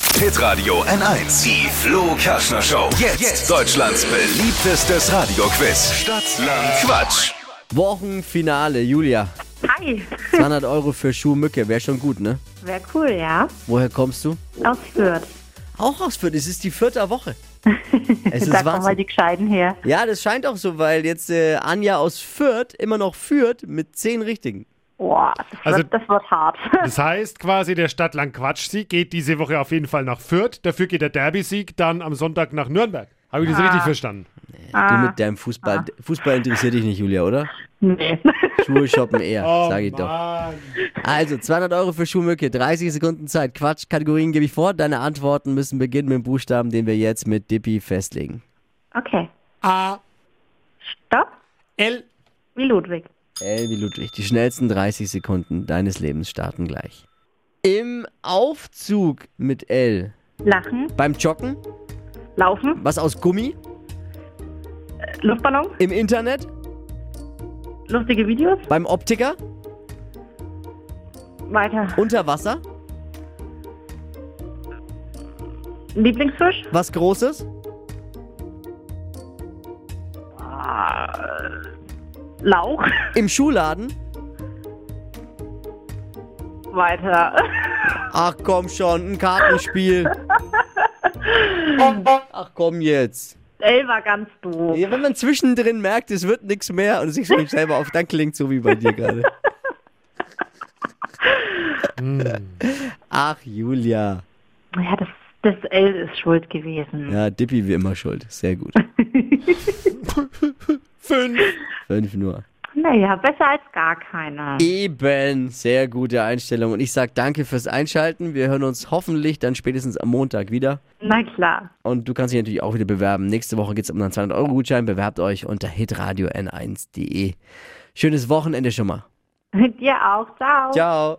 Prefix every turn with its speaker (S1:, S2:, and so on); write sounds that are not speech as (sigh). S1: Hitradio N1. Die Flo Kaschner Show. Jetzt, Deutschlands beliebtestes Radioquiz. Stadt, Land, Quatsch.
S2: Wochenfinale, Julia.
S3: Hi.
S2: 200 Euro für Schuhmücke, wäre schon gut, ne?
S3: Wäre cool, ja.
S2: Woher kommst du?
S3: Aus Fürth.
S2: Auch aus Fürth, es ist die vierte
S3: (laughs)
S2: Woche. Es ist
S3: da kommen mal
S2: Wahnsinn.
S3: die Gescheiten her.
S2: Ja, das scheint auch so, weil jetzt äh, Anja aus Fürth immer noch führt mit zehn Richtigen.
S3: Boah, das,
S4: Also-
S3: wird, das wird hart. (laughs)
S4: Das heißt quasi, der Stadtland Quatsch-Sieg geht diese Woche auf jeden Fall nach Fürth. Dafür geht der Derby-Sieg dann am Sonntag nach Nürnberg. Habe ich das richtig verstanden?
S3: Ah.
S2: Du mit deinem Fußball. Fußball interessiert dich nicht, Julia, oder?
S3: nee.
S2: Schuhe shoppen
S3: (laughs)
S2: eher,
S3: Oh
S2: sage ich doch.
S4: Mann.
S2: Also, 200 Euro für Schuhmücke, 30 Sekunden Zeit. Quatsch, Kategorien gebe ich vor. Deine Antworten müssen beginnen mit dem Buchstaben, den wir jetzt mit Dippy festlegen.
S3: Okay.
S2: Ah.
S4: A,
S3: Stopp.
S4: L,
S3: Wie Ludwig.
S2: L wie Ludwig, die schnellsten 30 Sekunden deines Lebens starten gleich. Im Aufzug mit L.
S3: Lachen.
S2: Beim Joggen,
S3: Laufen.
S2: was aus Gummi,
S3: Luftballon.
S2: im Internet,
S3: Lustige Videos.
S2: beim Optiker,
S3: Weiter.
S2: unter Wasser,
S3: Lieblingsfisch.
S2: was Großes,
S3: Lauch. (laughs)
S2: im Schuhladen.
S3: Weiter. (laughs)
S2: Ach komm schon, ein Kartenspiel. Ach komm jetzt.
S3: L war ganz doof.
S2: Ja, wenn man zwischendrin merkt, es wird nichts mehr und sich schon selber auf, dann klingt so wie bei dir gerade. Ach, Julia.
S3: Ja, das, das L ist schuld gewesen.
S2: Ja, Dippy wie immer schuld. Sehr gut.
S4: fünf.
S2: Fünf nur.
S3: Naja, besser als gar keiner.
S2: Eben. Sehr gute Einstellung. Und ich sag danke fürs Einschalten. Wir hören uns hoffentlich dann spätestens am Montag wieder.
S3: Na klar.
S2: Und du kannst dich natürlich auch wieder bewerben. Nächste Woche geht's um einen 200-Euro-Gutschein. Bewerbt euch unter hitradio n1.de. Schönes Wochenende schon mal.
S3: Dir auch. Ciao.
S2: Ciao.